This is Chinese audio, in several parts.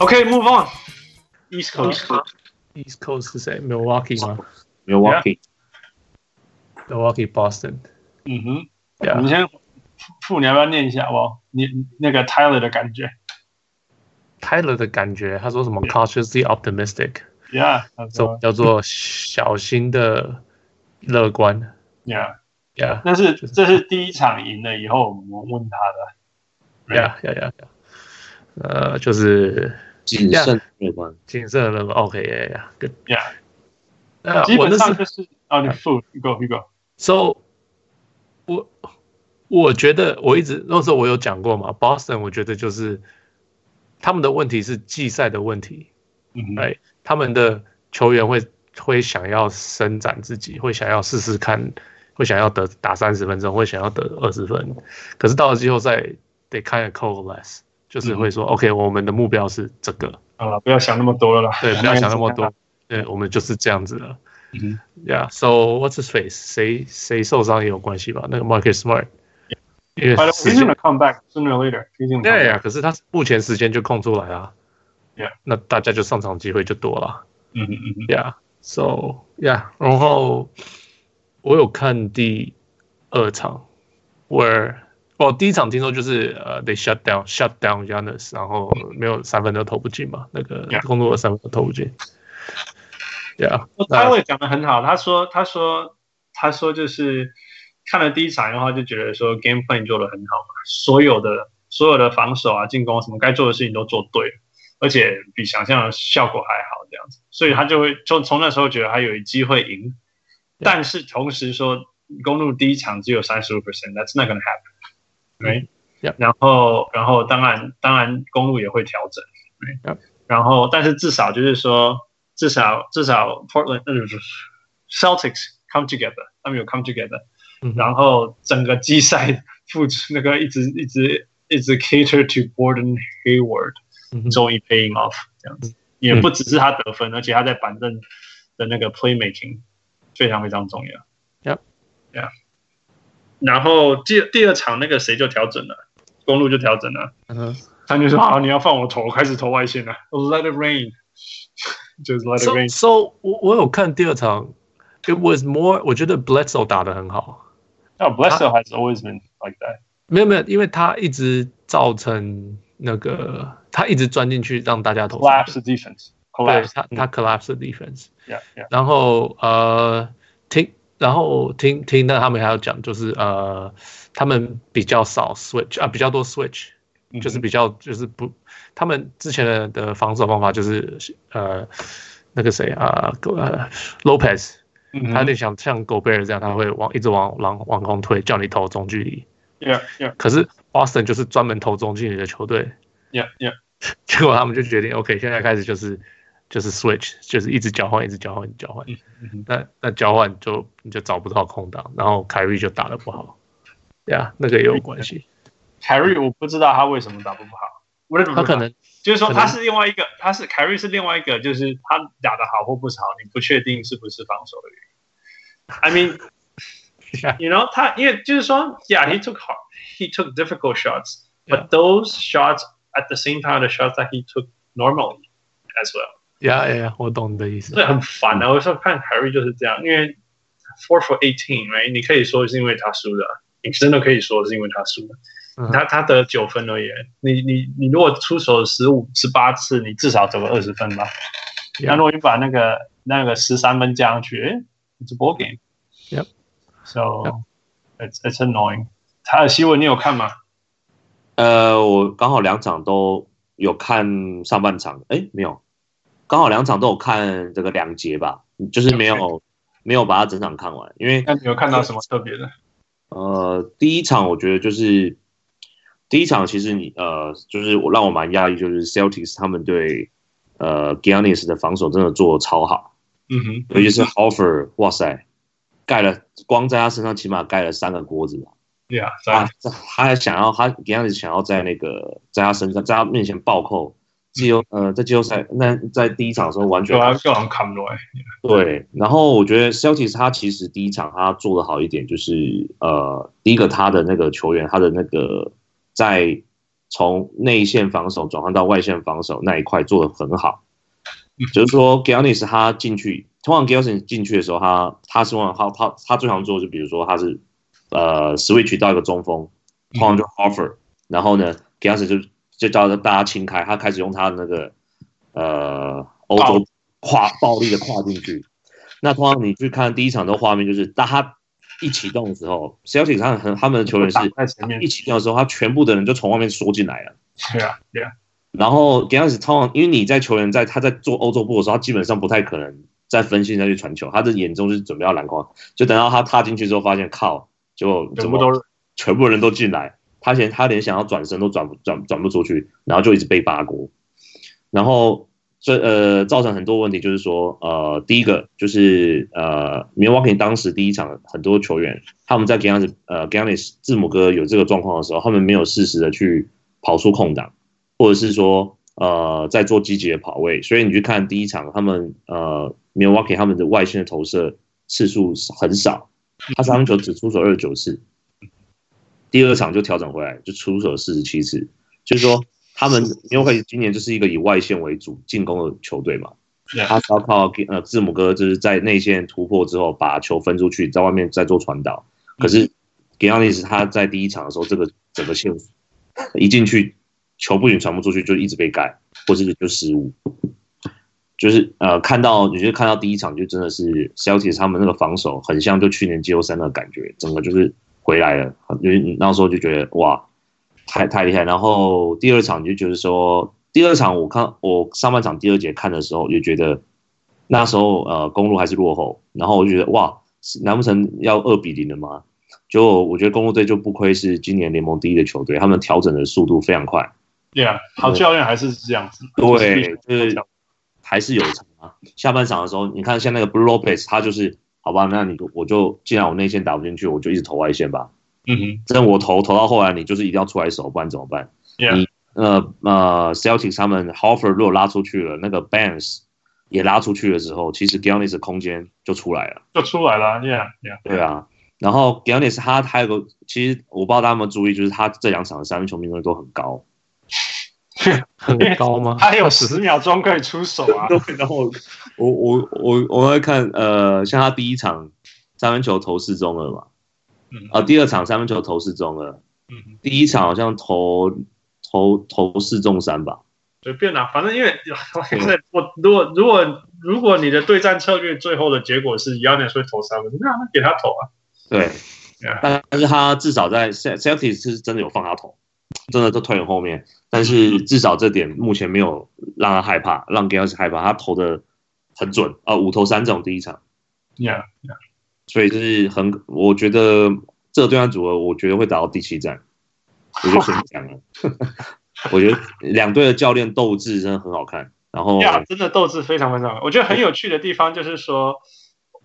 Okay, move on. East Coast. East Coast, East Coast is at Milwaukee 吗 Milwaukee， ？Milwaukee Boston。啊嗯哼， Yeah，你先，傅，你要不要念一下哇？你那个 Tyler 的感觉 Tyler 的感觉，他说什么 cautiously optimistic， ？Yeah，他这种说叫做小心的乐观。 Yeah， Yeah，Yeah，Yeah，Yeah。但是这是第一场赢了以后，我们问他的。 yeah, yeah. 呃，就是谨 Yeah 慎乐观。谨慎的乐观。OK，Yeah，Yeah，Good、good. Yeah，那基我本那上是就是哦，你傅，Go Go。 So，我我觉得我一直那时候我有讲过嘛，Boston 我觉得就是他们的问题是季赛的问题，嗯哼，哎他们的球员会会想要伸展自己，会想要试试看，会想要得打三十分钟，会想要得二十分，可是到了季后赛，they kind of coalesce，就是会嗯说、OK，我们的目标是这个，好了，不要想那么多了啦。对，不要想那么 多，对，我们就是这样子了。嗯哼。 Yeah, so what's his face？谁谁受伤也有关系吧？那个 Marcus Smart，因为 By the way, 时 he's 间 gonna come back sooner or later. He's gonna come 对呀啊 back.，可是他目前时间就空出来啊。 Yeah. 那大家就上场机会就多了。嗯嗯嗯 Yeah, so yeah，然后我有看第二场，where 哦，第一场听说就是呃、t h e y shut down shut down Yanis，然后没有三分都投不进嘛，那个 Yeah. 公路的三分都投不进。Yeah，嗯。那他会讲的很好，他说他说他说就是看了第一场以后，他就觉得说 game plan 做的很好嘛，所有的所有的防守啊、进攻什么该做的事情都做对了，而且比想象的效果还好这样子，所以他就会从从那时候觉得还有机会赢， Yeah. 但是同时说公路第一场只有三十五 percent，that's not gonna happen，right？、 Yeah. 然后然后当然当然公路也会调整 Yeah. 然后但是至少就是说至少至少 Portland 那就是 Celtics come together，他们有 come together。嗯然后整个季赛付出那个一直一直一直 cater to Gordon Hayward，嗯哼终于 paying off 这样子，也不只是他得分，而且他在板凳的那个 playmaking 非常非常重要。 Yep. Yeah. 然后第第二场那个谁就调整了，公路就调整了，嗯哼他就说好，你要放我投，我开始投外线了，Let it rain，就是 Let it So rain。 so，我我有看第二场，It was more，我觉得 Bledsoe 打得很好，那 Blesser Oh, has always been like that。没有没有，因为他一直造成那个他一直钻进去让大家投三分 Collapse defense. 对 Collapse. 他他 collapse 的 defense， Yeah, yeah. 然后呃听然后听听到他们还要讲就是呃他们比较少 switch 啊比较多 switch，就是嗯比较就是不，他们之前的的防守方法就是呃那个谁啊、呃、，Lopez，嗯哼他就想像狗贝尔这样，他会往一直往往往空推，叫你投中距离。 Yeah, yeah, 可是 Boston 就是专门投中距离的球队， yeah, yeah. 结果他们就决定 OK，现在开始就是就是 switch，就是一直交换，一直交换，一直交换。嗯哼那那交换就你就找不到空档，然后凯瑞就打得不好，对啊，那个也有关系，凯瑞，我不知道他为什么打不好，我的他可能就是说可能他是另外一个，他是凯瑞是另外一个，就是他打的好或不好，你不确定是不是防守的原因。I mean, Yeah. you know，他因为就是说，Yeah, he took hard, he took difficult shots, but Yeah. those shots at the same time are the shots that he took normally as well. 呀呀呀，我懂你的意思所以。很烦啊！我有时候看凯瑞就是这样，因为 four for eighteen，right？你可以说是因为他输的，你真的可以说是因为他输的。嗯他他得九分而已，你你你如果出手十五十八次，你至少得个二十分吧。 Yeah. 那如果你把那个那个十三分加上去，诶，it's a ball game。 Yep. So it's it's annoying。他的新闻你有看吗？呃，我刚好两场都有看上半场，哎，没有，刚好两场都有看这个两节吧，就是没有没有把它整场看完，因为那你有看到什么特别的？呃，第一场我觉得就是第一场，其实你呃，就是我让我蛮讶异，就是 Celtics 他们对呃 Giannis 的防守真的做得超好，嗯哼，尤其是 h o f f e r 哇塞，盖了光在他身上起码盖了三个锅子吧。 ，Yeah，他 right，啊他还想要他 Giannis 想要在那个在他身上在他面前暴扣。季后呃，在季后赛那在第一场的时候完全就要各种 come 来。对，然后我觉得 Celtics 他其实第一场他做的好一点，就是呃，第一个他的那个球员，他的那个在从内线防守转换到外线防守那一块做得很好。就是说 g i a n i s 他进去，通常 g i a n i s 进去的时候，他他是往他他他最常做的是，比如说他是呃 switch 到一个中锋，通嗯常就 offer，然后呢 g i a n i s 就就叫大家清开，他开始用他的那个呃欧洲跨暴力的跨进去。那通常你去看第一场的画面，就是当他一启动的时候，Celtic 他很他们的球员是打在前面一启动的时候，他全部的人就从外面缩进来了。对啊，对啊，然后 g a n s 通常因为你在球员在他在做欧洲步的时候，他基本上不太可能在分心再去传球，他的眼中是准备要篮筐，就等到他踏进去之后，发现靠，结果怎全么部都是全部人都进来，他连他连想要转身都转不转转不出去，然后就一直被扒锅，然后这呃造成很多问题，就是说呃第一个就是呃 Milwaukee 当时第一场很多球员他们在 g a n s 呃 g a n s 字母哥有这个状况的时候，他们没有适时的去跑出空档，或者是说呃在做积极的跑位，所以你去看第一场他们呃 Milwaukee 他们的外线的投射次数很少，他三分球只出手二十九次。第二场就调整回来，就出手四十七次，就是说他们因为今年就是一个以外线为主进攻的球队嘛，对啊他只要靠呃字母哥就是在内线突破之后把球分出去，在外面再做传导。可是 g i a n i s 他在第一场的时候，这个整个线一进去，球不仅传不出去，就一直被盖，或者就失误。就是呃，看到你就看到第一场就真的是 Celtics 他们那个防守很像就去年季后赛那个感觉，整个就是回来了，就是你那时候就觉得哇，太太厉害。然后第二场你就觉得说，第二场我看我上半场第二节看的时候，就觉得那时候呃公路还是落后，然后我就觉得哇，难不成要二比零了吗？就我觉得公路队就不愧是今年联盟第一的球队，他们调整的速度非常快，对啊，好教练还是这样子，对，就就是是还是有差啊。下半场的时候，你看像那个 Blue Lopez，他就是好吧，那你我就既然我内线打不进去，我就一直投外线吧。嗯哼真的我投投到后来，你就是一定要出来守，不然怎么办？ ，Yeah，呃呃，Celtics 他们 h o f f e r 如果拉出去了，那个 Banks 也拉出去的时候，其实 g i l l i s 的空间就出来了。就出来了，Yeah，Yeah，对啊，然后 g i l l i s 他还有个，其实我不知道大家有没有注意，就是他这两场的三分球命中率都很高。很高吗？他有十秒钟可以出手啊， 对，然后我我我我会看呃，像他第一场三分球投四中了嘛，嗯啊、第二场三分球投四中了，嗯哼，第一场好像投投投四中三吧，随便啦、反正因为 我如果如果如果你的对战策略最后的结果是 y a n i s 会投三分，那那给他投啊，对 Yeah，但但是他至少在 Cel- Celtics 是真的有放他投，真的都退很后面，但是至少这点目前没有让他害怕，让 g a l s 害怕，他投的很准啊、五投三中第一场。 ，Yeah，所以就是很，我觉得这对战组合，我觉得会打到第七战，我就先讲了。 我觉得两队的教练斗志真的很好看，然后呀，真的斗志非常非常好。我觉得很有趣的地方就是说，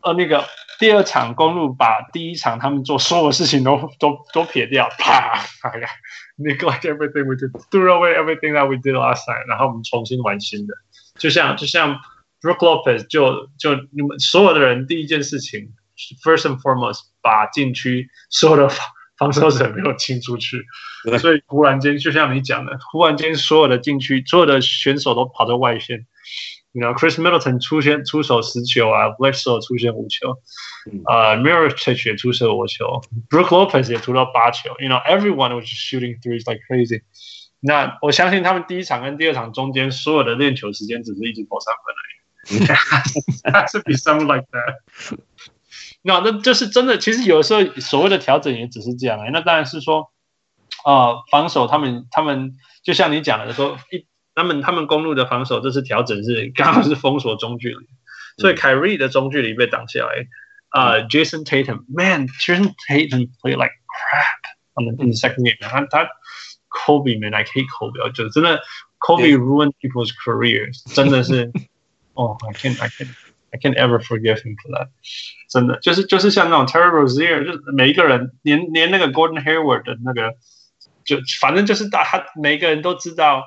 呃，那个第二场公路把第一场他们做所有事情都都都撇掉，啪，neglect everything we did, threw away everything that we did last night，然后我们重新玩新的，就像就像 Brook Lopez 就就你们所有的人第一件事情，first and foremost 把禁区所有的防防守者没有清出去，对所以忽然间就像你讲的，忽然间所有的禁区所有的选手都跑到外线。你知道 Chris Middleton 出现出手十球啊，Bledsoe 出现五球，嗯呃 m i r a c h 也出手五球，Brook Lopez 也出到八球，You know everyone was just shooting threes like crazy。那我相信他们第一场跟第二场中间所有的练球时间只是一直投三分而 已。Has to be something like that。那那就是真的，其实有的时候所谓的调整也只是这样、欸。那当然是说，呃，防守他们他们就像你讲的说，一他们他们公路的防守这次调整是刚好是封锁中距离，所以凯瑞的中距离被挡下来。呃、j a s o n Tatum，man，Jason Tatum play like crap on the in the second game，他他 Kobe man，I hate Kobe，我觉得真的 Kobe ruined people's careers，真的是哦、i can't I can't I can't ever forgive him for that。真的就是就是像那种 Terry Rozier，就是每一个人，连连那个 Gordon Hayward 的那个，就反正就是大他每个人都知道，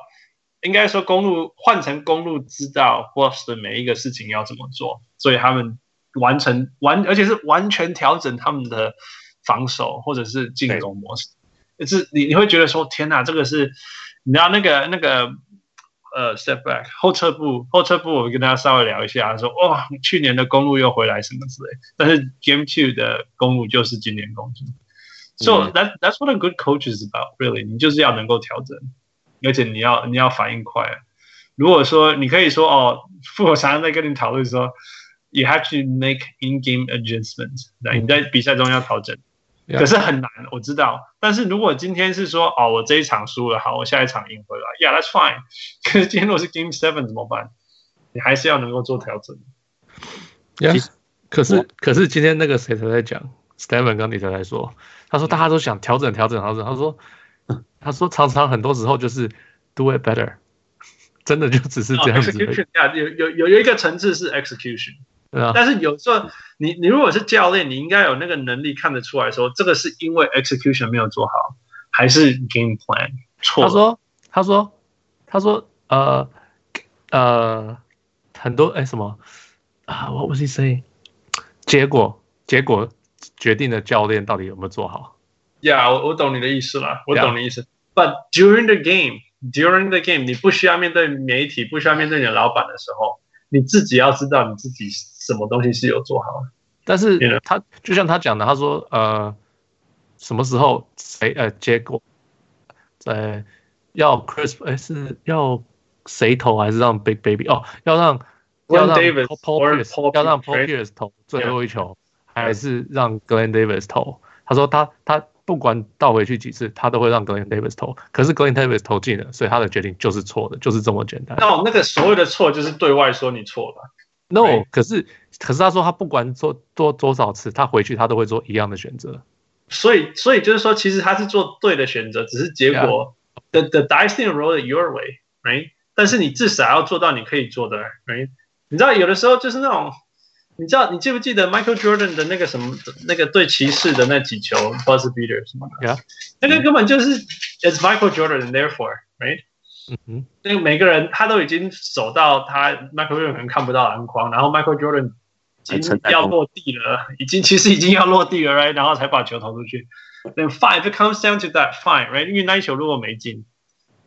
应该说公路换成公路知道 Boston 每一个事情要怎么做，所以他们完成完，而且是完全调整他们的防守或者是进攻模式。就是你你会觉得说，天哪，这个是你知道那个那个呃 step back 后撤步后撤步，我跟大家稍微聊一下，说哇、去年的公路又回来什么之类，但是 Game Two 的公路就是今年公路。So 嗯 that that's what a good coach is about, really。你就是要能够调整，而且你要你要反应快。啊如果说你可以说哦，复我常常在跟你讨论说，you have to make in-game adjustments，对你在比赛中要调整。 Yeah 可是很难，我知道。但是如果今天是说哦，我这一场输了，好，我下一场赢回来，Yeah, that's fine。可 是今天如果是 Game Seven 怎么办？你还是要能够做调整。 Yeah，其实可是我可是今天那个谁才在讲 s t e v e n 跟李才在说，他说大家都想调整调整调整，他说他说常常很多时候就是 do it better，真的就只是哦这样子而已 execution，yeah，有有有有一个层次是 execution。对啊，但是有时候你你如果是教练，你应该有那个能力看得出来说，这个是因为 execution 没有做好，还是 game plan 错他了？说他说他说呃呃很多哎什么啊，what was he saying？结果结果决定了教练到底有没有做好。 ，Yeah，我我懂你的意思了，我 Yeah 懂你的意思。But during the game, during the game，你不需要面对媒体，不需要面对你的老板的时候，你自己要知道你自己什么东西是有做好的。但 Yeah. 是他就像他讲的，他说呃，什么时候谁呃结果，呃，要 Chris 哎、是要谁投还是让 Big Baby 哦，要让 Glenn 要让 Davis Paul- Paul or Paul Pierce 要让 Paul Pierce， Pierce 投最后一球，还是让 Glenn Davis 投？他说他他不管倒回去几次，他都会让 Glenn Davis 投。可是 Glenn Davis 投进了，所以他的决定就是错的，就是这么简单。那我那个所谓的错，就是对外说你错了。 No， Right. 可是可是他说他不管做多多少次，他回去他都会做一样的选择。所以，所以就是说，其实他是做对的选择，只是结果 the the dice didn't roll it your way，right？但是你至少要做到你可以做的，right？你知道有的时候就是那种，你知道你记不记得 Michael Jordan 的那个什么那个对骑士的那几球 buzzer beater 什么的 Yeah 那个根本就是 it's Michael Jordan therefore，right？嗯哼，那个每个人他都已经走到他 Michael Jordan 可能看不到篮筐，然后 Michael Jordan 已经要落地了，已经其实已经要落地了，right？然后才把球投出去。Then fine, if it comes down to that, fine, right？因为那一球如果没进，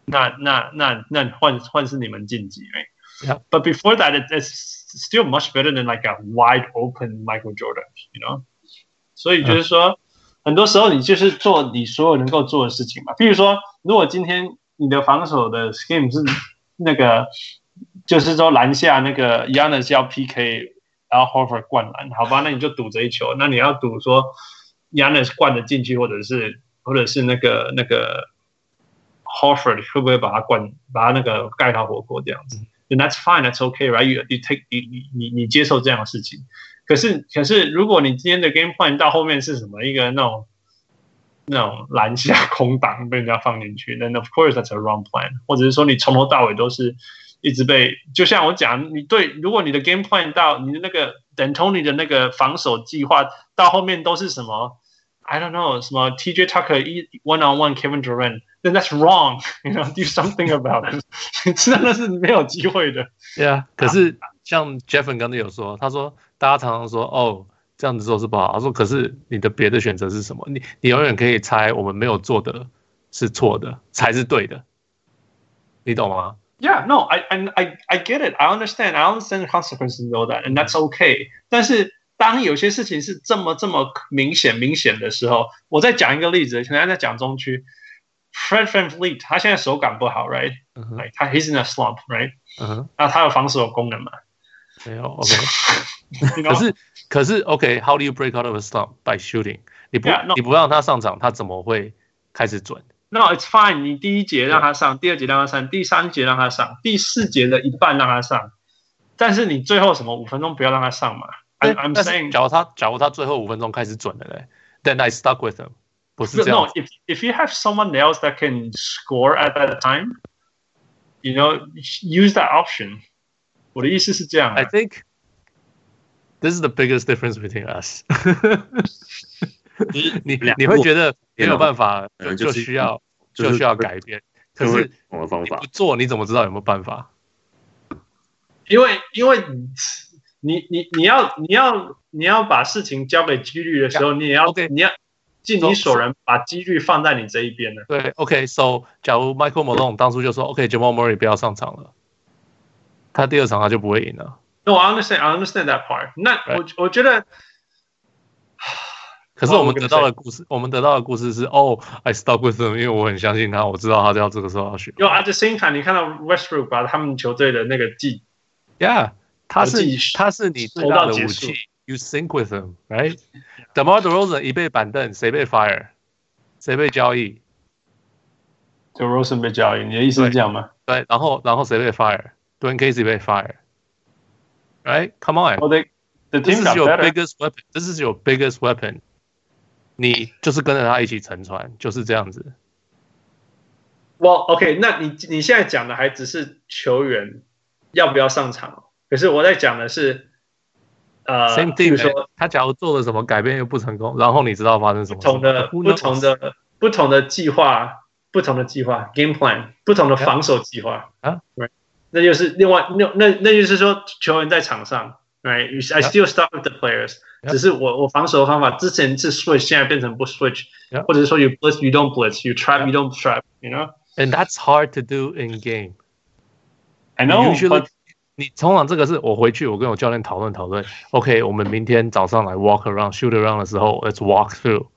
那那那那换换是你们晋级，right？ Yeah. But before that, it- it's still much better than like a wide open Michael Jordan, you know？所以就是说。很多时候你就是做你所有能够做的事情嘛。比如说，如果今天你的防守的 scheme 是那个，就是说篮下那个 Yanis 要 PK，然后 Horford 灌篮，好吧，那你就赌这一球。那你要赌说 Yanis 灌的进去，或者是或者是那个那个 Horford 会不会把他灌，把他那个盖他火锅这样子。Then that's fine, that's okay, right? You you take 你你你你接受这样的事情。可是可是，如果你今天的 game plan 到后面是什么一个那种那种篮下空档被人家放进去，then of course that's a wrong plan，或者是说你从头到尾都是一直被，就像我讲，你对，如果你的 game plan 到你的那个 D'Antoni 的那个防守计划到后面都是什么？I don't know，什么 TJ Tucker 一 one on one Kevin Durant，then that's wrong，you know do something about it，你 知道那是没有机会的。对啊，可是像 Jeffen 刚才有说，他说大家常常说哦这样子做是不好，他说可是你的别的选择是什么？你你永远可以猜我们没有做的是错的才是对的，你懂吗？ Yeah, no, I, I, I, I get it. I understand. I understand the consequences and all that, and that's okay. 但是当有些事情是这么这么明显明显的时候，我再讲一个例子，现在在讲中区，Fred Van Fleet，他现在手感不好，right？嗯哼， Like, 他 he's in a slump, right？嗯哼，那他有防守功 能嘛？没有 OK。你可是可是 OK，How、do you break out of a slump by shooting？你不 Yeah, no. 你不让他上场，他怎么会开始准？ No, it's fine. 你第一节让他上，第二节让他上，第三节让他上，第四节的一半让他上，但是你最后什么五分钟不要让他上嘛？I, 但 I'm 但是 saying 假如他假如他最后五分钟开始准了嘞，Then I stuck with him，不是 No, 这样 no, if if you have someone else that can score at that time, you know, use that option. 我的意思是这样、啊 I think this is the biggest difference between us 就是你。两你个会觉得没有办法，可能就嗯就是需要就是就需要改变。可就是是不同的方你法不，做，你怎么知道有没有办法？因为因为你你你要你要你要把事情交给几率的时候，你也要 OK 你要尽你所能把几率放在你这一边的。对，OK，so、假如 Michael Malone 当初就说 OK，Jamal Murray 不要上场了，他第二场他就不会赢了。 No, I understand, I understand that part. 那我我觉得可是我 Well, 们 we're gonna 得到的故事，我们得到的故事是哦，I stuck with him，因为我很相信他，我知道他要这个时候要选。有 at the same time，你看到 Westbrook 把他们球队的那个季 Yeah，他是我记他是你最投大到的结武束器。You sync with him, right? Demar Derozan 一被板凳，谁被 fire？谁被交易？就 Rosen 被交易，你的意思是这样吗？对，然后然后谁被 fire？Dwayne Casey 被 fire，right? Come on，哦，对，The This team is got your better. biggest weapon. This is your biggest weapon. 你就是跟着他一起沉船，就是这样子。 Well, OK，那你你现在讲的还只是球员要不要上场，可是我在讲的是，呃 Same 比 thing，如说他假如做了什么改变又不成功，然后你知道发生什不么事同的？Who 不同 knows？的不同的计划，不同的计划 game plan，不同的防守计划 Yeah. right？那就是另外那那那就是说球员在场上，right？I still start with the players， Yeah. 只是我我防守的方法之前是 switch，现在变成不 switch， Yeah. 或者是说 you blitz you don't blitz，you trap you don't trap，you know？I And that's hard to do in game. know，but 你你通常这个是我回去，我跟我教练讨论讨论。OK，我们明天早上来 walk around shoot around 的时候，let's walk through，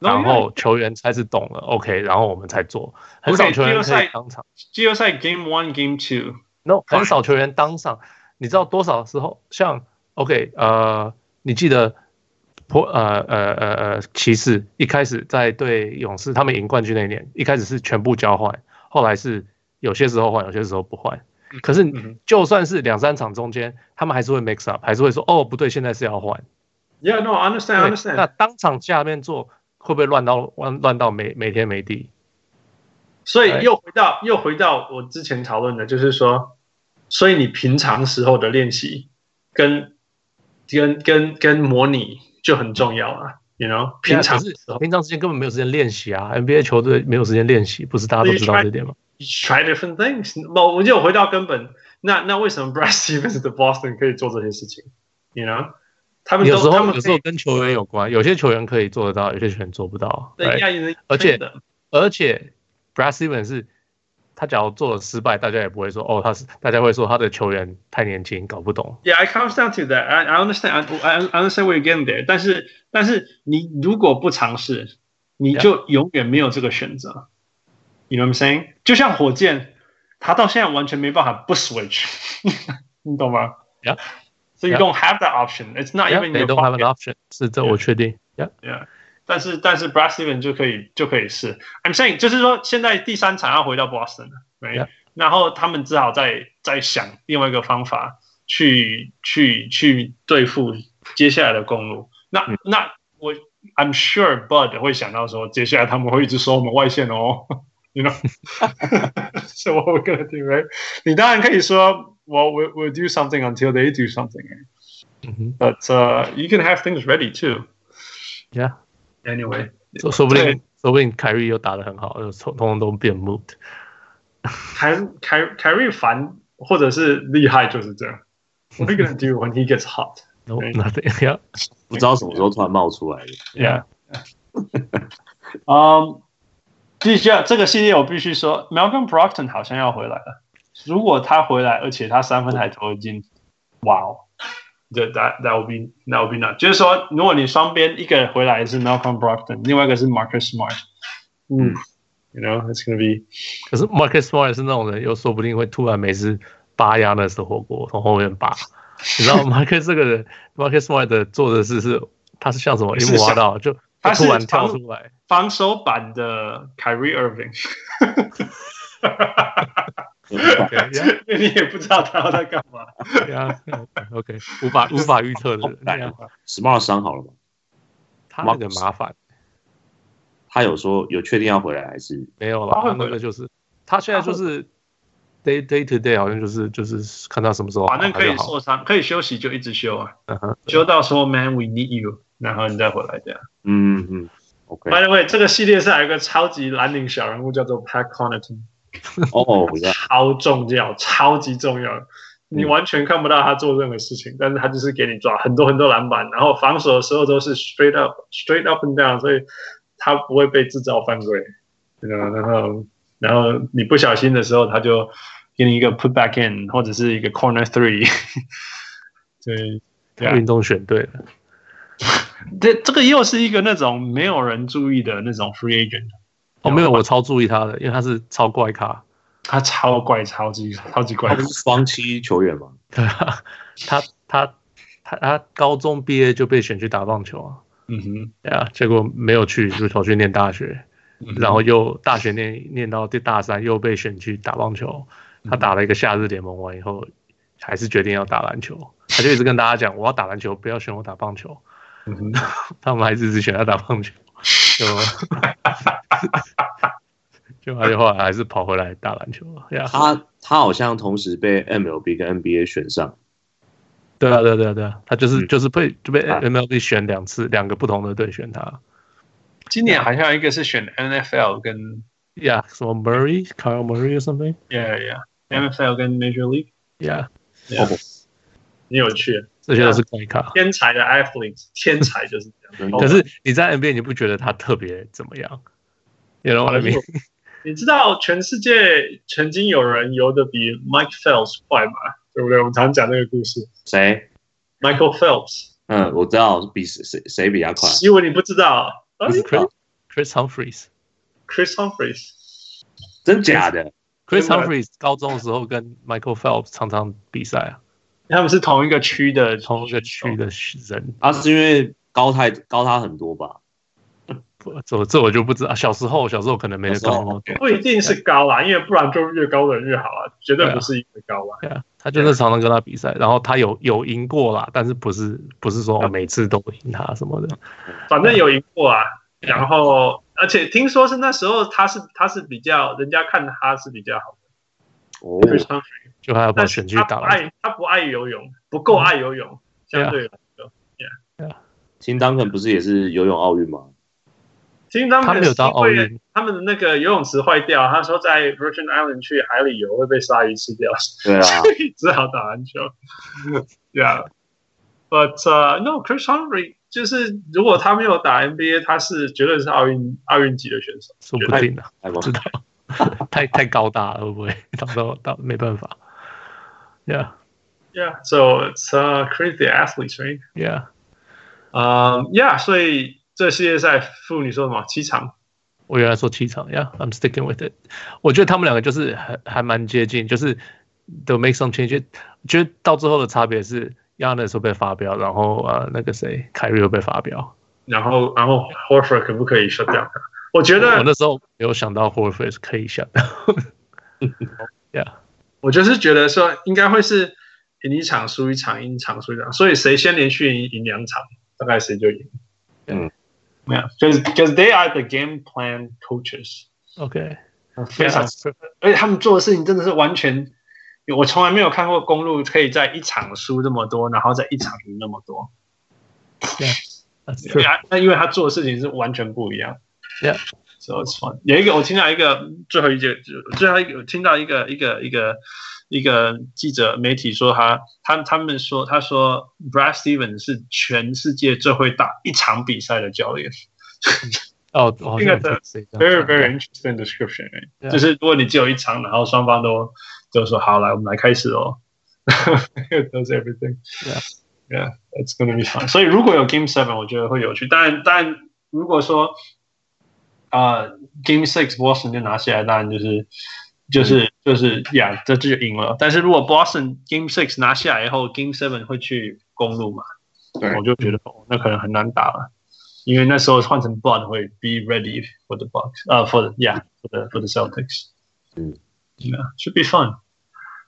No, 然 you know- 后球员开始懂了。OK，然后我们才做。很少 OK，球员季后可以赛当场季后赛 Game One、Game Two， ，no，很少球员当场。你知道多少时候？像 OK，呃，你记得破呃呃呃呃骑士一开始在对勇士，他们赢冠军那一年，一开始是全部交换，后来是有些时候换，有些时候不换。可是嗯哼就算是两三场中间，他们还是会 mix up，还是会说哦不对，现在是要换。 ，Yeah, no, I understand, I 对那 understand。当场下面做会不会乱到乱乱到没没天没地？所以 Right. 又回到又回到我之前讨论的，就是说，所以你平常时候的练习跟跟跟跟模拟就很重要啊，you know，平常可时啊是候平常时间根本没有时间练习啊！NBA 球队没有时间练习，不是大家都知道这点吗？ you try different things。我我就回到根本，那那为什么 Brad Stevens 的 Boston 可以做这些事情？you know，他们有时都他候们有时可候以跟球员有关，有些球员可以做得到，有些球员做不到。对 right？亚裔人，而且的而且 Brad Stevens 是他假如做了失败，大家也不会说哦，他是大家会说他的球员太年轻，搞不懂。 Yeah, it comes down to that. I, I understand. I, I understand where you're getting there. 但是，但是你如果不尝试，你就永远没有这个选择。You know what I'm saying？就像火箭，他到现在完全没办法不 switch，你懂吗 Yeah. So you Yeah. don't have that option. It's not even ，They your don't have an pocket. option，是这我确定。Yeah. 但是，但是 Brad Stevens 就可以就可以试。I'm saying 就是说，现在第三场要回到 Boston 了，right？、 Yeah. 然后他们只好再再想另外一个方法去去去对付接下来的公路。那、嗯那我 I'm sure Bud 会想到说，接下来他们会一直说我们外线哦 ，you know？So what we're gonna do, right？你当然可以说，Well, we we'll do something until they do something, 嗯哼 but、uh, you can have things ready too. ，Yeah。 Anyway. 说说不定对，说不定凯瑞又打得很好，又通通都变 moot。凯凯凯瑞烦或者是厉害就是 这样。What are you gonna do when he gets hot? No, Right. nothing. Yeah. 不知道什么时候突然冒出来的。 Yeah. 嗯，必须要这个系列我必须说，Malcolm Brogdon 好像要回来了。如果他回来，而且他三分还投得进，哇哦！这 that that will be that will be not，就是说，如果你双边一个回来是 Malcolm Brogdon，另外一个是 Marcus Smart，嗯嗯，you know it's gonna be 可是 Marcus Smart 是那种人，又说不定会突然每次扒鸭那时火锅，从后面扒。你 知道 Marcus 这个人，Marcus Smart 的做的事是，他是像什么？是一挖到就他是突然跳出来。防守版的 Kyrie Irving。 OK，yeah, 因为你也不知道他要在干嘛。 yeah, OK，无法无法预测的人，来 yeah， Smart 伤好了吗？他那个麻烦他有说有确定要回来还是？没有他了，会他回那个就是他现在就他会是 day day to day，好像就是就是看他什么时候好反正可他以就好受伤，可以休息就一直休啊，嗯哼休到说 “Man, we need you”，然后你再回来这样。嗯嗯，OK。 By the way，这个系列赛有一个超级蓝领小人物叫做 Pat Connaughton，哦，我知道嗯超重要，超级重要。你完全看不到他做任何事情，但是他就是给你抓很多很多篮板，然后防守的时候都是 straight up straight up and down，所以他不会被制造犯规。对吧然后然后你不小心的时候，他就给你一个 put back in 或者是一个 corner three。对，对啊运动选对了，这这个又是一个那种没有人注意的那种 free agent，哦，啊没有，我超注意他的，因为他是超怪咖，他超怪，超级超级怪他不。是双七球员嘛，对啊，他他他他高中毕业就被选去打棒球啊，嗯哼，对啊，结果没有去，就跑去念大学，嗯哼然后又大学念念到第大三，又被选去打棒球。嗯他打了一个夏日联盟完以后，还是决定要打篮球。他就一直跟大家讲，我要打篮球，不要选我打棒球。嗯哼他们还是只选他打棒球，就 就他就后来还是跑回来打篮球啊了。呀、他他好像同时被 MLB 跟 NBA 选上，对啊，对啊对啊对啊，他就是、嗯就是被就被啊 MLB 选两次，两个不同的队选他。今年好像一个是选 NFL 跟呀、yeah,，什么 Murray、Carl Murray or something？ Yeah, yeah. NFL 跟 Major League 呀、 Yeah 哦很有趣，这些都是怪咖。天才的 athlete，天才 就是这样。可是你在 NBA 你不觉得他特别怎么样？You know what I mean？ 你知道全世界曾经有人游得比 Mike Phelps 快吗？对不对？我们常讲这个故事谁？ ，Michael Phelps。嗯，我知道比谁谁谁比他快，因为你不知道哎不是 Chris Chris Humphries。 ，Chris Humphries。真假的？ Chris 真的 Humphries 高中的时候跟 Michael Phelps 常常比赛啊，他们是同一个区的，同一个区的人，啊，是因为高太高他很多吧？不这这我就不知道。小时候，小时候可能没得高那么多。不一定是高啦，因为不然就越高的人越好啊，绝对不是因为高啦。对啊，他就是常常跟他比赛，然后他有有赢过啦，但是不是不是说每次都赢他什么的。反正有赢过啊。对然后，而且听说是那时候他是他是比较人家看他是比较好哦，的，Chris Humphries 就他要把但我是选去他不打篮球。爱他不爱游泳，不够爱游泳，相嗯对啊来说。金当肯不是也是游泳奥运吗？其实他他们没有到奥是因为运，他们的那个游泳池坏掉，他说在 Virgin Island 去海里游会被鲨鱼吃掉，对啊，所以只好打篮球。yeah, but、uh, no, Chris Humphry 就是如果他没有打 NBA，他是绝对是奥运奥运级的选手。说不定啊，哎我知道太太高大了，会不会？ 到时候到没办法。Yeah, Yeah, so it's、uh, crazy athletes, right? yeah， Um, yeah，所以这世界赛妇女说什么七场？我原来说七场，Yeah, I'm sticking with it。我觉得他们两个就是还还蛮接近，就是 they make some changes。我觉得到最后的差别是 Yanis 会被发飙，然后呃那个谁凯瑞会被发飙。然后然后 Horford 可不可以 shut down？我觉我得那时候没有想到 Horford 可以想 ，Yeah，我就是觉得说，应该会是赢一场输一场，赢一场输一场，所以谁先连续赢赢两场，大概谁就赢。嗯，Yeah, because because they are the game plan coaches， OK，非常，而且他们做的事情真的是完全，我从来没有看过公路可以在一场输这么多，然后在一场赢那么多。 That's 对 true. 啊，那因为他做的事情是完全不一样。 Yeah. So it's fun. 有一个我听到一个最后一节，最后一个我听到一个一个一个一个记者媒体说他他他们说他说 Brad Stevens 是全世界最会打一场比赛的教练。哦，我好那像个的谁 Very very interesting description. right? Yeah. 就是如果你只有一场，然后双方都都说好来，我们来开始哦。Does everything. Yeah. Yeah, that's gonna be fun. 所以如果有 Game Seven，我觉得会有趣。但但如果说啊、呃 Game Six Boston 就拿下来，当然就是就是就是呀，yeah, 这就赢了。但是如果 Boston Game Six 拿下来以后，Game Seven 会去公路嘛？对我就觉得、哦、那可能很难打了。因为那时候换成 Bud 会 be ready for the Bucks，呃、f o r the yeah for the for the Celtics，嗯，yeah should be fun。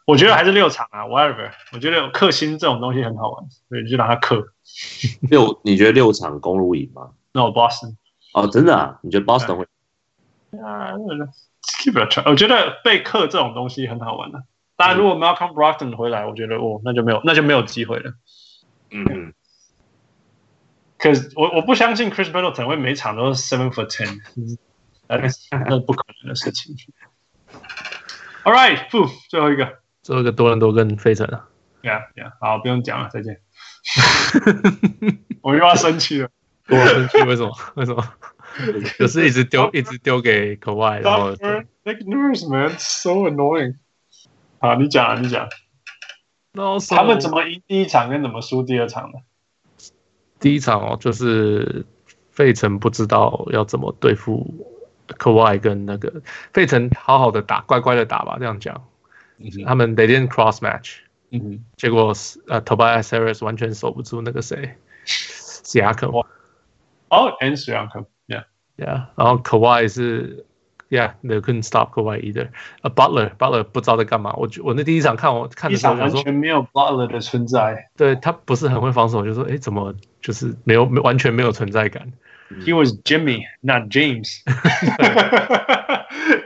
我觉得还是六场啊，whatever。我觉得克星这种东西很好玩，所以就让他克。六，你觉得六场公路赢吗？那我 Boston，哦，真的啊？你觉得 Boston 会？啊，keep it a try。我觉得被克这种东西很好玩的、当然，如果 Malcolm Brogdon 回来，我觉得哦，那就没有那就没有机会了。嗯，可是我我不相信 Chris Middleton 会每场都是 seven for ten，那呃那不可能的事情。All right，不，最后一个。 最后一个多伦多跟费城啊， Yeah, yeah，好，不用讲了，再见。我又要生气 了。我嗯生气，为什么？为什么？ 就是一直 丢，一直丢给口外，然后 Doctor Nick Nurse man, so annoying。好，你讲啊，你讲。然后他们怎么赢第一场跟怎么输第二场的？第一场哦，就是费城不知道要怎么对付科外跟那个费城，好好的打，乖乖的打吧，这样讲。他们 they didn't cross match，嗯哼，结果是呃 Tobias Harris 完全守不住那个谁 s i a k a m 哦，And s r i a n k a yeah， Yeah，然后 Kawhi 是，Yeah，they couldn't stop Kawhi either。呃，Butler，Butler 不知道在干嘛。我觉我那第一场看我看一的时候场想完说，全没有 Butler 的存在对他不是很会防守，我就说，哎，怎么就是没有没完全没有存在感？ ，He was Jimmy, not James。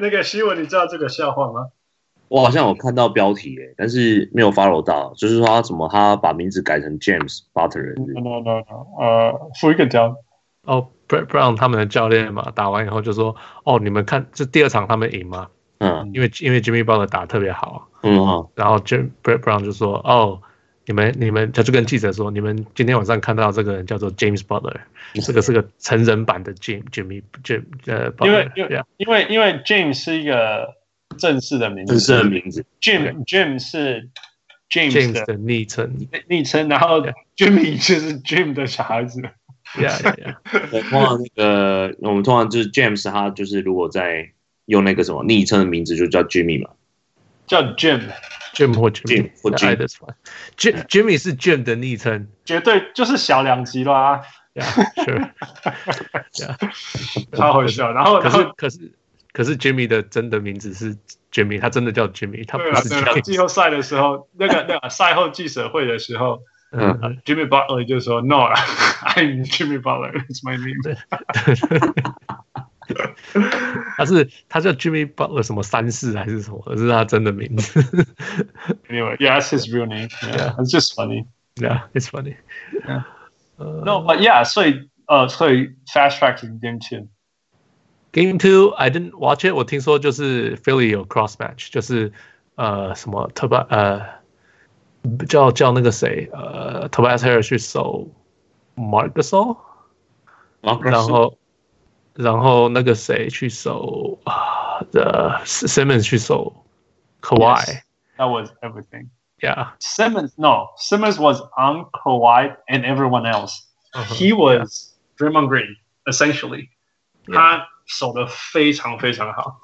那个希文，你知道这个笑话吗？ 我好像有看到标题诶、但是没有 follow 到，就是说他怎么他把名字改成 James Butler，是不是 No, no, no, no. 呃，付一个交。哦，Brett Brown 他们的教练嘛，打完以后就说，哦，你们看这第二场他们赢吗？嗯因为因为 Jimmy Butler 打得特别好，啊嗯哈，然后 Jim Brett Brown 就说，哦。你们，你们，他就跟记者说，你们今天晚上看到这个人叫做 James Butler，这个是个成人版的 Jim Jimmy Jim 呃，因为 Butler，因 yeah 为因为因为 James 是一个正式的名字，正式的名字， Jim Jim 是 James James 的的昵称昵称，然后 Yeah. Jimmy 就是 Jim 的小孩子。 ，Yeah，对通常那个我们通常就是 James，他就是如果在用那个什么昵称的名字就叫 Jimmy 嘛，叫 Jim， Jim 或 Jimmy，或 Jim either one。Jim Jimmy 是 Jim 的昵称绝对就是小两极啦， ，Yeah，sure。超好笑。然后可 然是后可是可是 Jimmy 的真的名字是 Jimmy，他真的叫 Jimmy，他不对了啊是对了，季 James。后赛的时候，那个那个赛后记者会的时候嗯， ，Jimmy Butler 就说 No，I'm Jimmy Butler，it's my name。 他是他叫 Jimmy Butler 什么三世还是什么？是他真的 名字。 Anyway，yeah，it's his real name。Yeah，it's just funny。 Yeah，it's funny。 Yeah. 呃 No，but yeah，所以呃，所以 fast tracking game two。 Game Two I didn't watch it，我听说就是 Philly 有 cross match，就是呃什么特巴呃叫叫那个谁呃 Tobias Harris 去守 Mark Gasol，然后然后那个谁去守啊呃 Simmons 去守 Kawhi，Yeah，、 That was everything. Simmons, no, Simmons was on Kawhi and everyone else. He was Draymond Green, essentially. Yeah. 他守得非常非常好。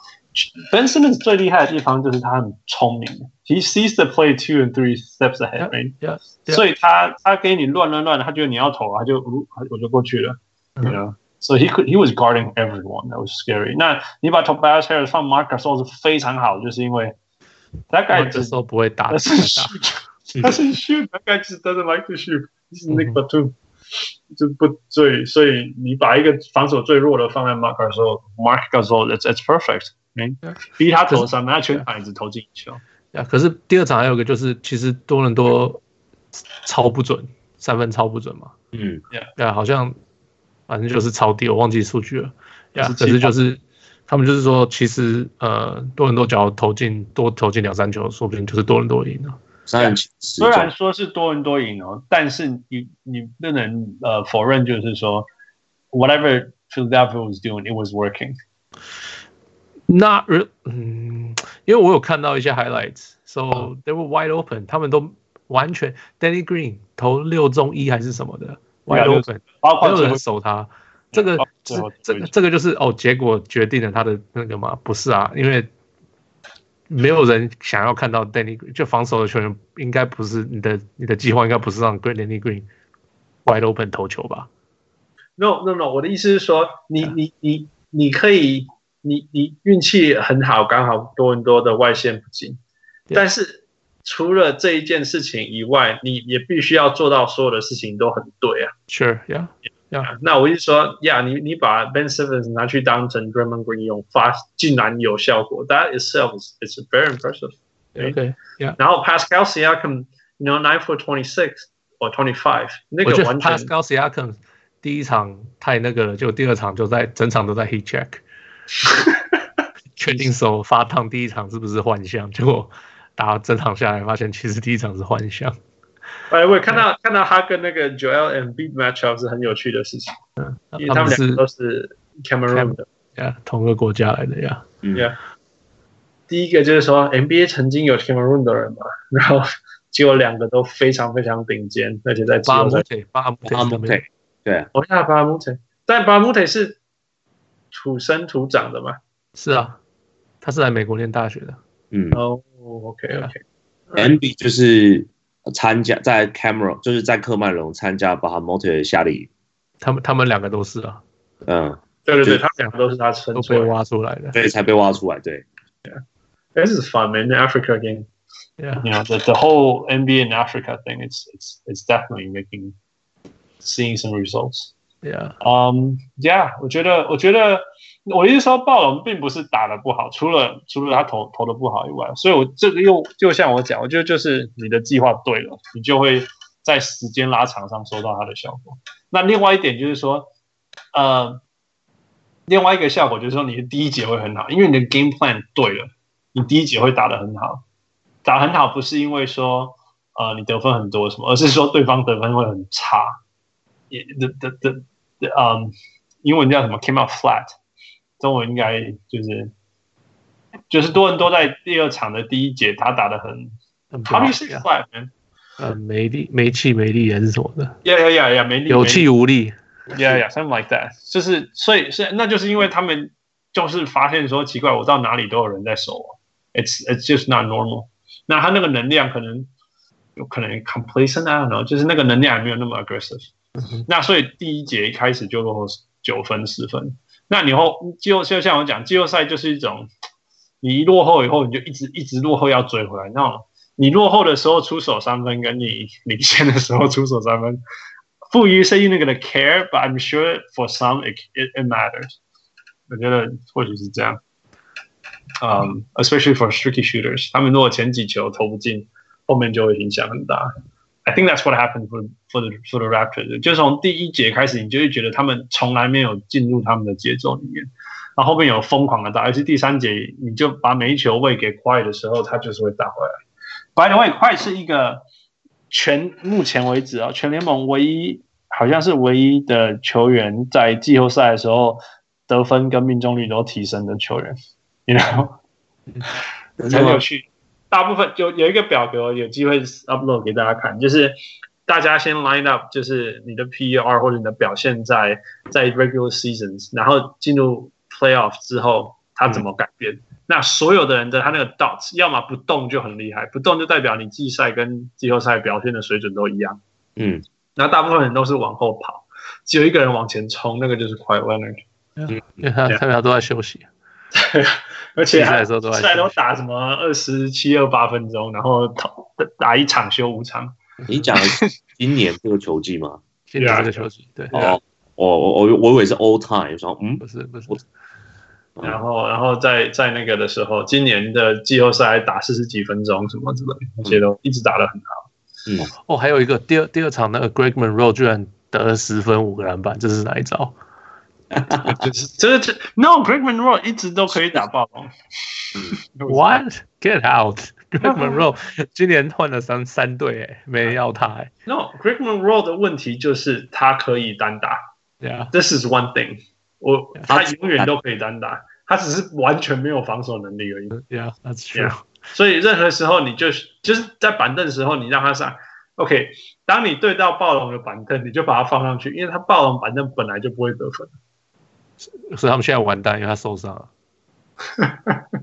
Ben Simmons 最厉害的地方就是他很聪明，He sees the play two and three steps ahead, right? Yeah, yeah. 所以他他给你乱乱乱，他觉得你要投，他就呜我就过去了。you Uh-huh. know. So he could, he was guarding everyone. That was scary. 那你把 Tobias Harris 放 Marc Gasol 是非常好，就是因为大概 Mark 只 Gasol 不会打 That 得 doesn't 太大 shoot. doesn't shoot. That guy just doesn't like to shoot. This is Nick Batum. 就不所以所以你把一个防守最弱的放在 Mark 的时候，Mark 的时候，it's it's perfect。嗯 Yeah.，逼他投三分，他全场一直投进一球。呀，可是第二场还有一个就是，其实多伦多超不准，三分超不准嘛。嗯，呀，好像反正就是超低，我忘记数据了。27呀，可是就是他们就是说，其实呃，多伦多只要投进多投进两三球，说不定就是多伦多赢了。三人七十 虽中，然说是多伦多赢哦，但是你你不能呃否认，就是说 whatever Philadelphia was doing, it was working. 那呃嗯，因为我有看到一些 highlights，so they were wide open，他们都完全 Danny Green 投六中一还是什么的对啊 wide 六 open，包括没有最后人守他。这个包括这最后这个这个就是哦，结果决定了他的那个嘛？不是啊，因为没有人想要看到 Danny Green，就防守的球员应该不是你的你的计划应该不是让 Green Danny Green wide open 投球吧？ No No No，我的意思是说，你啊你你你可以，你你运气很好，刚好多伦多的外线不进， Yeah. 但是除了这一件事情以外，你也必须要做到所有的事情都很对啊。 Sure, yeah, yeah, 那我就说，呀，你你把 Ben Simmons 拿去当成 Draymond Green 用，发竟然有效果，That itself is is very impressive。对 OK，然后 Pascal Siakam，you know nine for twenty six or twenty five，那我个觉得完全 Pascal Siakam 第一场太那个了，就第二场就在整场都在 heat check，确定手发烫，第一场是不是幻象？结果打整场下来，发现其实第一场是幻象。哎，我也看到看到他跟那个 Joel and b match up 是很有趣的事情，因为他他们两们是个都是 Cameroon 的。呀同个国家来的呀。嗯 Yeah，第一个就是说 NBA 曾经有 Cameroon 的人嘛，然后结果两个都非常非常顶尖，而且在季巴后姆赛，特，巴姆巴姆特，特，对，我下巴姆特，但巴姆特是土生土长的嘛。是啊，他是来美国念大学的。嗯哦，OK OK， ，MB 就是参加在 Cameron，就是在科曼龙参加巴哈莫特夏令营，他们他们两个都是啊，嗯，对对对，就他们两个都是他生都出来被的。挖出来的。所以才被挖出来，对， This is fun, man. The Africa game. Yeah. you know the, the whole NBA in Africa thing it's it's it's definitely making seeing some results. Yeah， Um, yeah，我觉得我觉得我的意思说暴龙并不是打的不好，除了除了他投投的不好以外，所以我这个又就像我讲，我觉得就是你的计划对了，你就会在时间拉长上收到它的效果。那另外一点就是说，呃，另外一个效果就是说你的第一节会很好，因为你的 game plan 对了，你第一节会打得很好。打得很好不是因为说呃你得分很多什么，而是说对方得分会很差。也的的的的，嗯，英文叫什么？came out flat，中文应该就是就是多伦多在第二场的第一节他打得很很，how do you say yeah flat man？呃，没力、没气、没力还是什么的，呀呀呀呀，没力有气无力。 ，yeah yeah something like that，就是所以是那就是因为他们就是发现说奇怪，我到哪里都有人在守我，it's it's just not normal。那他那个能量可能有可能 complacent，I don't know，就是那个能量还没有那么 aggressive。嗯哼那所以第一节一开始就落后九分十分，那你后季后就像我讲，季后赛就是一种你一落后以后你就一直一直落后要追回来，那种你落后的时候出手三分，跟你领先的时候出手三分，赋予 say 那个的 care，but I'm sure for some it it, it matters。我觉得或许是这样。嗯、s p e c i a l l y for tricky shooters，他们如果前几球投不进，后面就会影响很大。I think that's what happened for for the for the Raptors。就是从第一节开始，你就会觉得他们从来没有进入他们的节奏里面，然后后面有疯狂的打，尤其第三节，你就把每一球喂给快的时候，他就是会打回来。By the way，快是一个全目前为止啊，全联盟唯一好像是唯一的球员在季后赛的时候得分跟命中率都提升的球员，你知道吗？很有趣。大部分有有一个表格，有机会 upload 给大家看，就是大家先 line up，就是你的 PER 或者你的表现在在 regular seasons，然后进入 playoff 之后，它怎么改变？那所有的人的他那个 dots，要么不动就很厉害，不动就代表你季赛跟季后赛表现的水准都一样。嗯，然后大部分人都是往后跑，只有一个人往前冲，那个就是 Quiet Leonard。因为 他 Yeah 他们俩都在休息。而且比赛还的时候都在比赛都休息打什么二十七、二八分钟，然后打打一场休五场。你讲的是今年这个球季吗？现在 Yeah 这个休息，对，啊哦，我我我我以为是 all time，我说嗯不，是不是我嗯然后，然后在在那个的时候，今年的季后赛还打四十几分钟什么之类的，而嗯且都一直打得很好。嗯哦，还有一个第二第二场那个 Greg Monroe 居然得了十分五个篮板，这是哪一招？ 就是，这这 No，Greg Monroe 一直都可以打爆龙。 嗯 What? Get out! Greg Monroe 今年换了三三队，哎，没人要他，哎， No，Greg Monroe 的问题就是他可以单打。对啊， This is one thing，我 Yeah. 他永远都可以单打，他只是完全没有防守能力而已。对啊，That's true，所以任何时候你就是就是在板凳的时候，你让他上。OK，当你对到暴龙的板凳，你就把他放上去，因为他暴龙板凳本来就不会得分。所以他们现在完蛋，因为他受 伤了，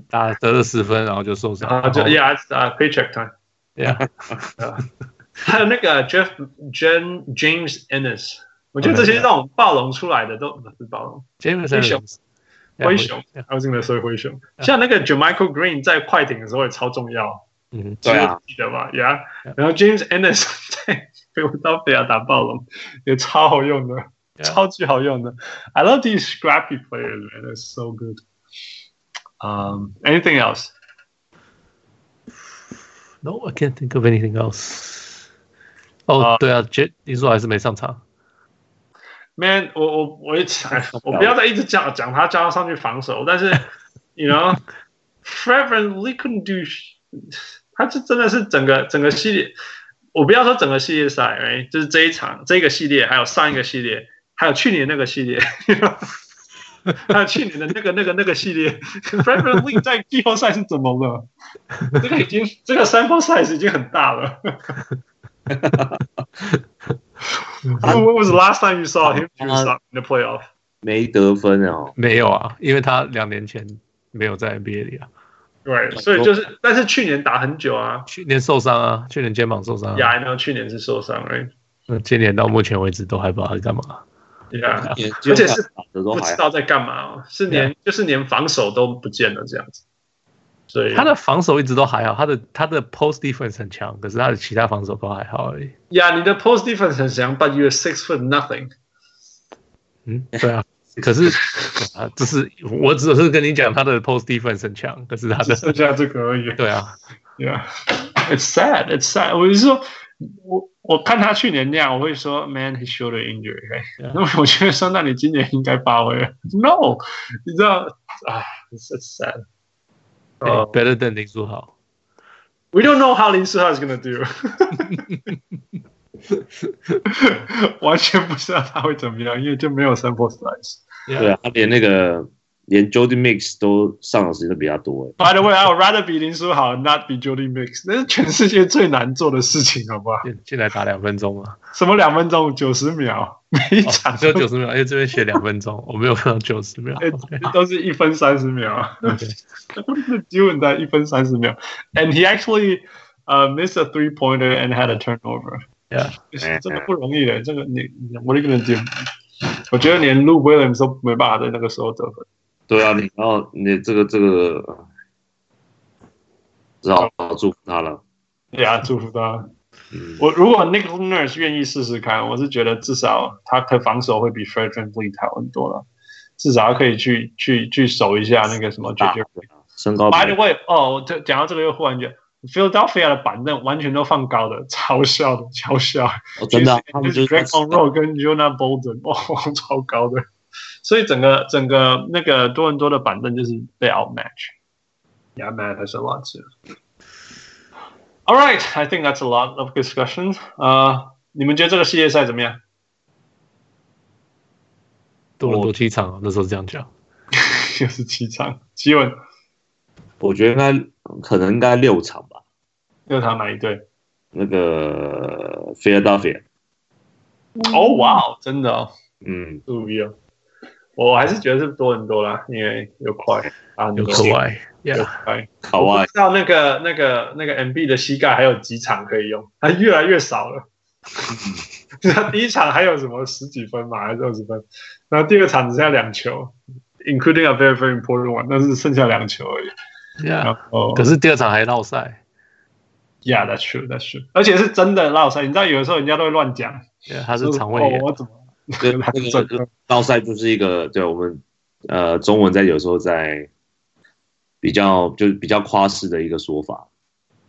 打得了十分，然后就受伤，啊，就然后 Yeah，啊、uh,，paycheck time。 yeah，还有那个 Jeff Jen James Ennis，我觉得这些 Okay, yeah. 这种暴龙出来的都不是暴龙， Jameson 灰熊 Yeah，灰熊，yeah， I was gonna say 灰熊， Yeah. 像那个 j a m i c h a e Green 在快艇的时候也超重要，嗯，对啊，记得吧？Yeah， Yeah. 然后 James Ennis 在 Philadelphia 打暴龙也超好用的 Yeah. 超级好用的。I love these scrappy players, man. They're so good. Um, anything else? No, I can't think of anything else. 哦、啊对啊，杰林书豪还是没上场。 Man，我我我一直我不要再一直讲讲他叫他上去防守，但是，you know，Fred v a n l y couldn't do 他这真的是整个整个系列，我不要说整个系列赛，哎，就是这一场这个系列，还有上一个系列，还有去年那个系列， 还有去年的那个那个那个系列 f r e d e r Lee 在季后赛是怎么了？这个已经这个 sample size 已经很大了。When was the last time you saw him do something in the playoff？没得分哦，没有啊，因为他两年前没有在 NBA 里啊，对，所以就是，但是去年打很久啊，去年受伤啊，去年肩膀受伤、亚啊，然后去年是受伤而已，那今年到目前为止都还不知道在干嘛。对啊，而且是打的都不还知道在干嘛哦，是连就是连防守都不见了这样子，所以他的防守一直都还好，他的他的 post defense 很强，可是他的其他防守都还好而已。呀，你的 post defense 很强，but you're six foot nothing。 嗯，对啊。可是啊，这是我只是跟你讲，他的 post defense 很强，可是他 只的剩下这个而已。对啊， Yeah，it's sad, it's sad。我是说，我我看他去年那样，我会说，man, he shoulder injury、 Yeah. 那么我觉得说，那你今年应该发挥。No，你知道，啊，it's it's sad。对哦哎 better than 林书豪。 We don't know how Lin Suha is gonna do，完全不知道他会怎么样，因为就没有 sample size。对啊，他连那个连 Jody Mix 都上场时间都比较多哎， By the way, I would rather be 林书豪，not be Jody Mix。那是全世界最难做的事情，好不好？进进来打两分钟 嘛，什么两分钟九十秒，每一哦场只有九十秒，因为这边写两分钟，我没有看到九十 秒。哎 OK，都是一分三十秒。 OK What is the deal in that 一分三十秒？And he actually uh missed a three pointer and had a turnover. Yeah. 真的不容易的。这个你你 What are you gonna do？我觉得连 Lou Williams 都没办法在那个时候得分。对啊，你然后你这个这个只好祝福他了，对啊，祝福他。嗯，我如果 Nick Nurse 愿意试试看，我是觉得至少他可防守会比 Fred Van Vliet 好很多了，至少他可以去去去守一下那个什么解大啊决身高比 By the way，哦，我这讲到这个又忽然觉得 Philadelphia 的板凳完全都放高的，超笑的，超笑。哦真的啊，他们就就是是 Greg Monroe 跟 Jonah Bolden，哇、 超高的。所以整个整个那个多伦多的板凳就是被 outmatch。Yeah, man, that's a lot too. All right, I think that's a lot of discussion. 呃，你们觉得这个系列赛怎么样？ 多伦多机场啊那时候是这样讲。又是七场，基本我觉得应该可能应该六场吧，又他哪一队？那个 Philadelphia，哦，哇哦，真的哦。 嗯，不一样。哦我还是觉得是多伦多啦，因为又快啊，很有可多外又，Yeah，快。卡我哇不知道那个那个那个 MB 的膝盖还有几场可以用，它越来越少了。那第一场还有什么十几分嘛，还是二十分？然后第二场只剩下两球，including a very very important one，但是剩下两球而已。然 Yeah，后可是第二场还落赛，Yeah, that's true, that's true。而且是真的落赛，你知道有的时候人家都会乱讲， ，Yeah，他就是肠胃哦炎，我怎么？这 那还是真的个道赛就是一个，对我们呃中文在有时候在比较就是比较夸饰的一个说法，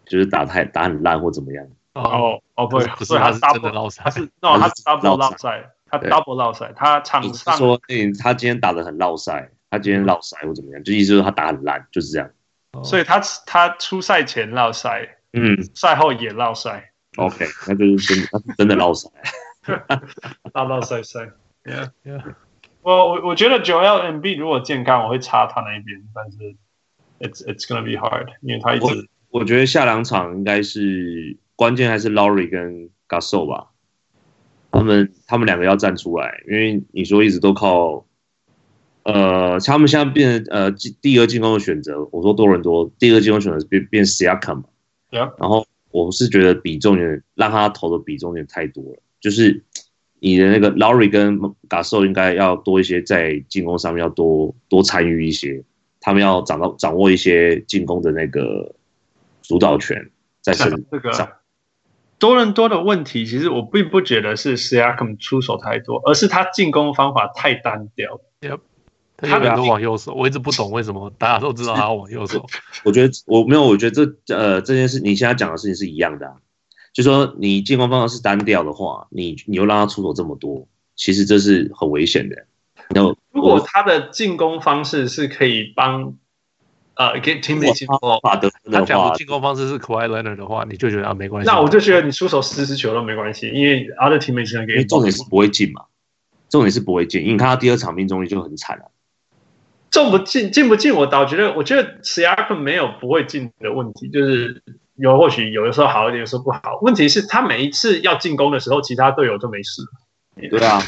就是打太打很烂或怎么样。 哦，哦哦，不不会是，不所以是，他他是 d o 真的落赛他，是 no，他他是是 double 绕落赛赛，他对 double 落赛，他场就是他上说，哎，他今天打的很落赛，他今天落赛或怎么样，就意思就是他打很烂，就是这样。哦所以他他出赛前落赛，嗯赛后也落赛， ，OK，那就是真的，他是真的落赛。大落赛赛。 Yeah 我我我觉得九 L M B 如果健康，我会插他那一边，但是 it's it's gonna be hard，因为他一我直我觉得下两场应该是关键还是 Lowry 跟 Gasol 吧，他们他们两个要站出来，因为你说一直都靠，呃，他们现在变成呃进第二进攻的选择，我说多伦多第二进攻选择变变 Siakam 嘛 Yeah 然后我是觉得比重有点让他投的比重有点太多了，就是你的那个 Lowry 跟 Gasol 应该要多一些在进攻上面要多多参与一些，他们要掌到掌握一些进攻的那个主导权，在身想这上个。多伦多的问题，其实我并不觉得是 s i a k a m 出手太多，而是他进攻方法太单调。他永远都往右手，我一直不懂为什么，大家都知道他要往 右手，我觉得我没有，我觉得这呃这件事，你现在讲的事情是一样的、啊，就说你进攻方向是单调的话，你你又让他出手这么多，其实这是很危险的。然后如果他的进攻方式是可以帮呃给 teammates 进攻。法德芬他的假如话，进攻方式是 k a w i Leonard 的话，你就觉得啊没关系。那我就觉得你出手四十球都没关系，因为 other teammates 能因给为你重点是不会进嘛，重点是不会进，因为你看他第二场命中率就很惨啊了、中不进进不进，我倒觉得我觉得 s i a k 没有不会进的问题，就是有或许有的时候好一点，有时候不好。问题是他每一次要进攻的时候，其他队友就没事。对啊，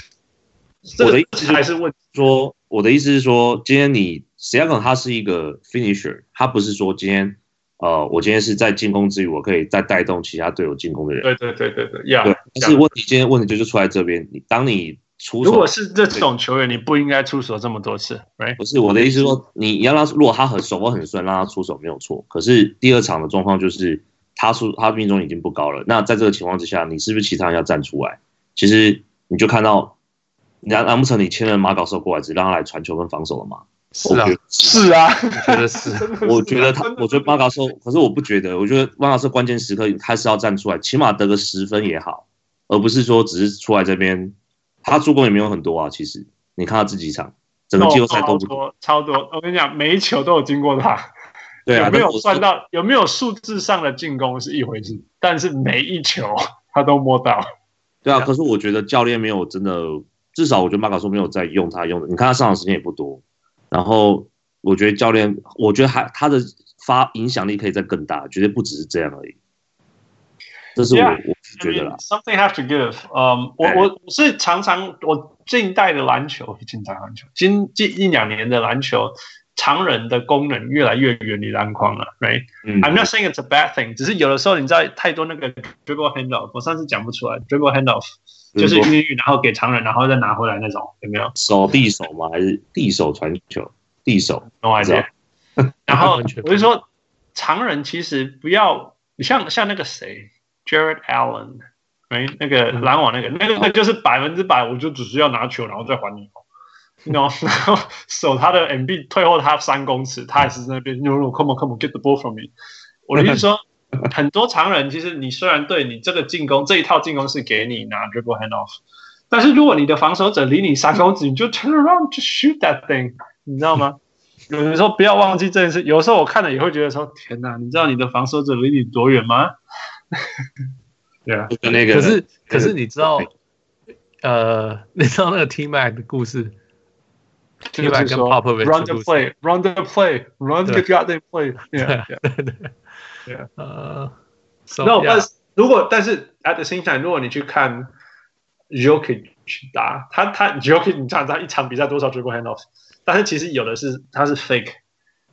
这我个的意思就是还是问题说我的意思是说，今天你 s i a k a m 他是一个 finisher，他不是说今天呃我今天是在进攻之余，我可以再带动其他队友进攻的人。对啊对对对对，Yeah 对，但这是样。问题今天问题就是出来这边，你当你出如手果是这种球员，你不应该出手这么多次，Right？不是我的意思是说，你要让他如果他很手握很顺，让他出手没有错。可是第二场的状况就是他出他命中已经不高了。那在这个情况之下，你是不是其他人要站出来？其实你就看到难难不成你签了马高手过来，只让他来传球跟防守了吗？是我啊觉，得是 啊，我觉得是。我觉得他真的，是我觉得马高手，可是我不觉得，我觉得马高手关键时刻他是要站出来，起码得个十分也好，而不是说只是出来这边，他助攻也没有很多啊。其实你看他这几场，整个季后赛都超不多超多。我跟你讲，每一球都有经过他。对有啊，没但有是我算到有没有数字上的进攻是一回事，但是每一球他都摸到。对啊，对啊可是我觉得教练没有真的，至少我觉得马卡索没有在用他用的。你看他上场时间也不多，然后我觉得教练，我觉得还他的发影响力可以再更大，绝对不只是这样而已。这是我 Yeah，我是 I 觉得啦 mean,，something have to give。嗯，我哎我我是常常我近代的篮球，近代篮球，近近一两年的篮球，常人的功能越来越远离篮筐了，right？嗯， I'm not saying it's a bad thing，只是有的时候你知道太多那个 dribble handoff，我上次讲不出来，dribble handoff 就是就是说孕育然后给常人，然后再拿回来那种，有没有手递手吗？还是递手传球？递手， ？No idea 是。 然后完全不我就说，常人其实不要，你像像那个谁，Jared Allen，哎、那个嗯篮网那个，那个那个就是百分之百，我就只是要拿球，然后再还你。no，然 后守他的 MB 退后他三公尺，他也是在那边 no no，come on come on，get the ball from me。我的意思说，很多常人其实你虽然对你这个进攻这一套进攻是给你拿 dribble hand off，但是如果你的防守者离你三公尺，你就 turn around to shoot that thing，你知道吗？有的时候不要忘记这件事。有时候我看了也会觉得说，天哪，你知道你的防守者离你多远吗？对啊，就跟那个可是可是你知道，呃，你知道那个 T Mac 的故事就，T Mac 是跟说 Popovich run the 的故事 play，run the play，run the 对 goddamn play。对啊 Yeah, 啊对对 Yeah. 呃，so, No， yeah，但是如果但是 at the same time，如果你去看 Jokic 打他，他 Jokic 你看他一场比赛多少 dribble handoff，但是其实有的是他是 fake，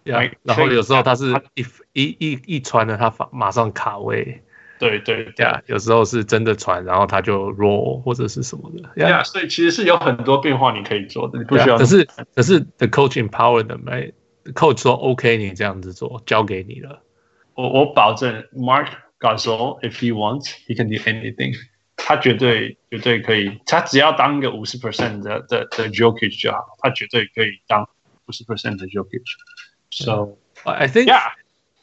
Yeah， like，然后有时候他是他一一一一传了，他发马上卡位。对对对。呀，有时候是真的传，然后他就 roll 或者是什么的。对啊，呀，所以其实是有很多变化你可以做的，你不需要。可是可是 the coach empower them right？The coach 说 OK，你这样子做，交给你了。我我保证，Mark Gasol if he wants he can do anything，他 绝对绝对可以，他只要当一个五十 percent 的的的 Jokic 就好，他绝对可以当五十 percent 的 Jokic。So I think yeah，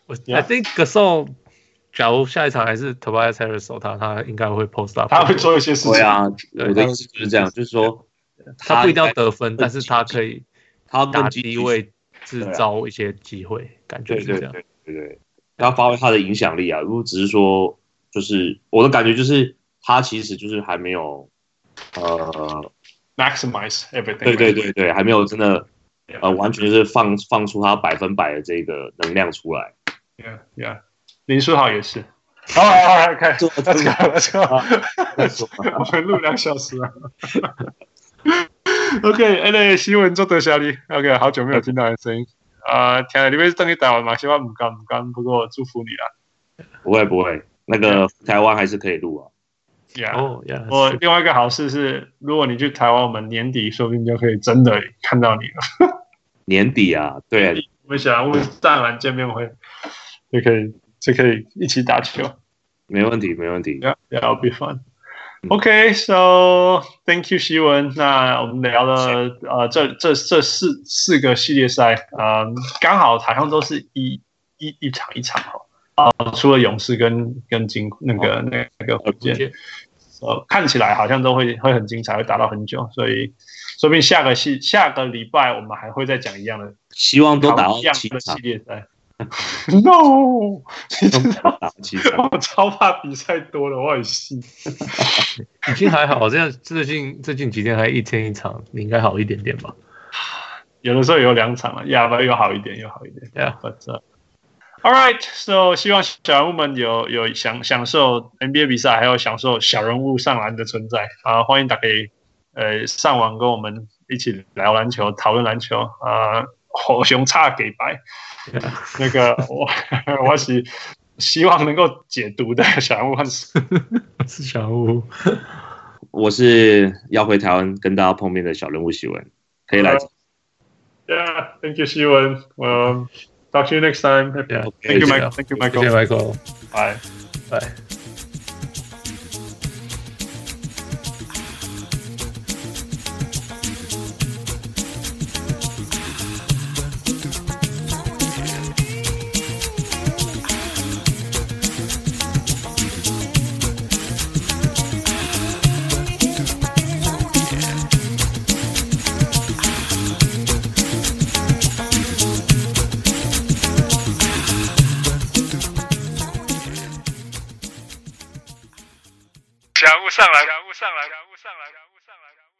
我 Yeah. I think Gasol，假如下一场还是 Tobias Harris 守他，他应该会 post up。他会，做一些事情。对啊，对我的意思就是这样，就是说他不一定要得分，他但是他可以他更打积极低位制造一些机会，感觉对是对这样。对对对，要发挥他的影响力啊！如果只是说，就是我的感觉就是他其实就是还没有，呃， maximize everything。对对对对，还没有真的 Yeah. 呃完全就是放放出他百分百的这个能量出来。 ，Yeah Yeah，林书豪也是。好，好，好，开做，Let's go，Let's go 啊。再说吧我们录两小时了。OK，哎、那新闻做得下哩。OK，好久没有听到你的声音。啊、天啊，你们等你打完嘛？希望唔干唔干，不过祝福你啦。不会不会，那个台湾还是可以录啊。 Yeah，、哦呀，我另外一个好事是，如果你去台湾，我们年底说不定就可以真的看到你了。年底啊，对啊，我们想，我们当然见面会就可以就可以一起打球。没问题没问题。 Yeah, that'll be fun. OK, so thank you, 希文。那我们聊了呃，这这这四四个系列赛，呃，刚好好像都是一一一场一场哦。啊、除了勇士跟跟金那哦个那个那个火箭，呃，看起来好像都会会很精彩，会打到很久。所以说不定下个系下个礼拜我们还会再讲一样的，希望都打到一样七的系场，列赛。no，你知 道打到七场。我超怕比赛多了，我很细。已经还好，这样最近最近几天还一天一场，你应该好一点点吧？有的时候有两场了，哑巴又好一点，又好一点。 对啊， But uh, all right, so 希望小人物们有有享享受 NBA 比赛，还有享受小人物上篮的存在啊、欢迎大家可以呃上网跟我们一起聊篮球，讨论篮球啊。火熊差给 白，那个我 我是希望能够解读的小人物和是小屋，我是要回台湾跟大家碰面的小人物喜文，可以来 Yeah, thank you, Siwon. Well, talk to you next time. Yeah. Thank you, Okay, Michael. Thank you, 谢谢 Michael. Michael， Bye. 拜。小物上来，小物上来，小物上来，小物上来。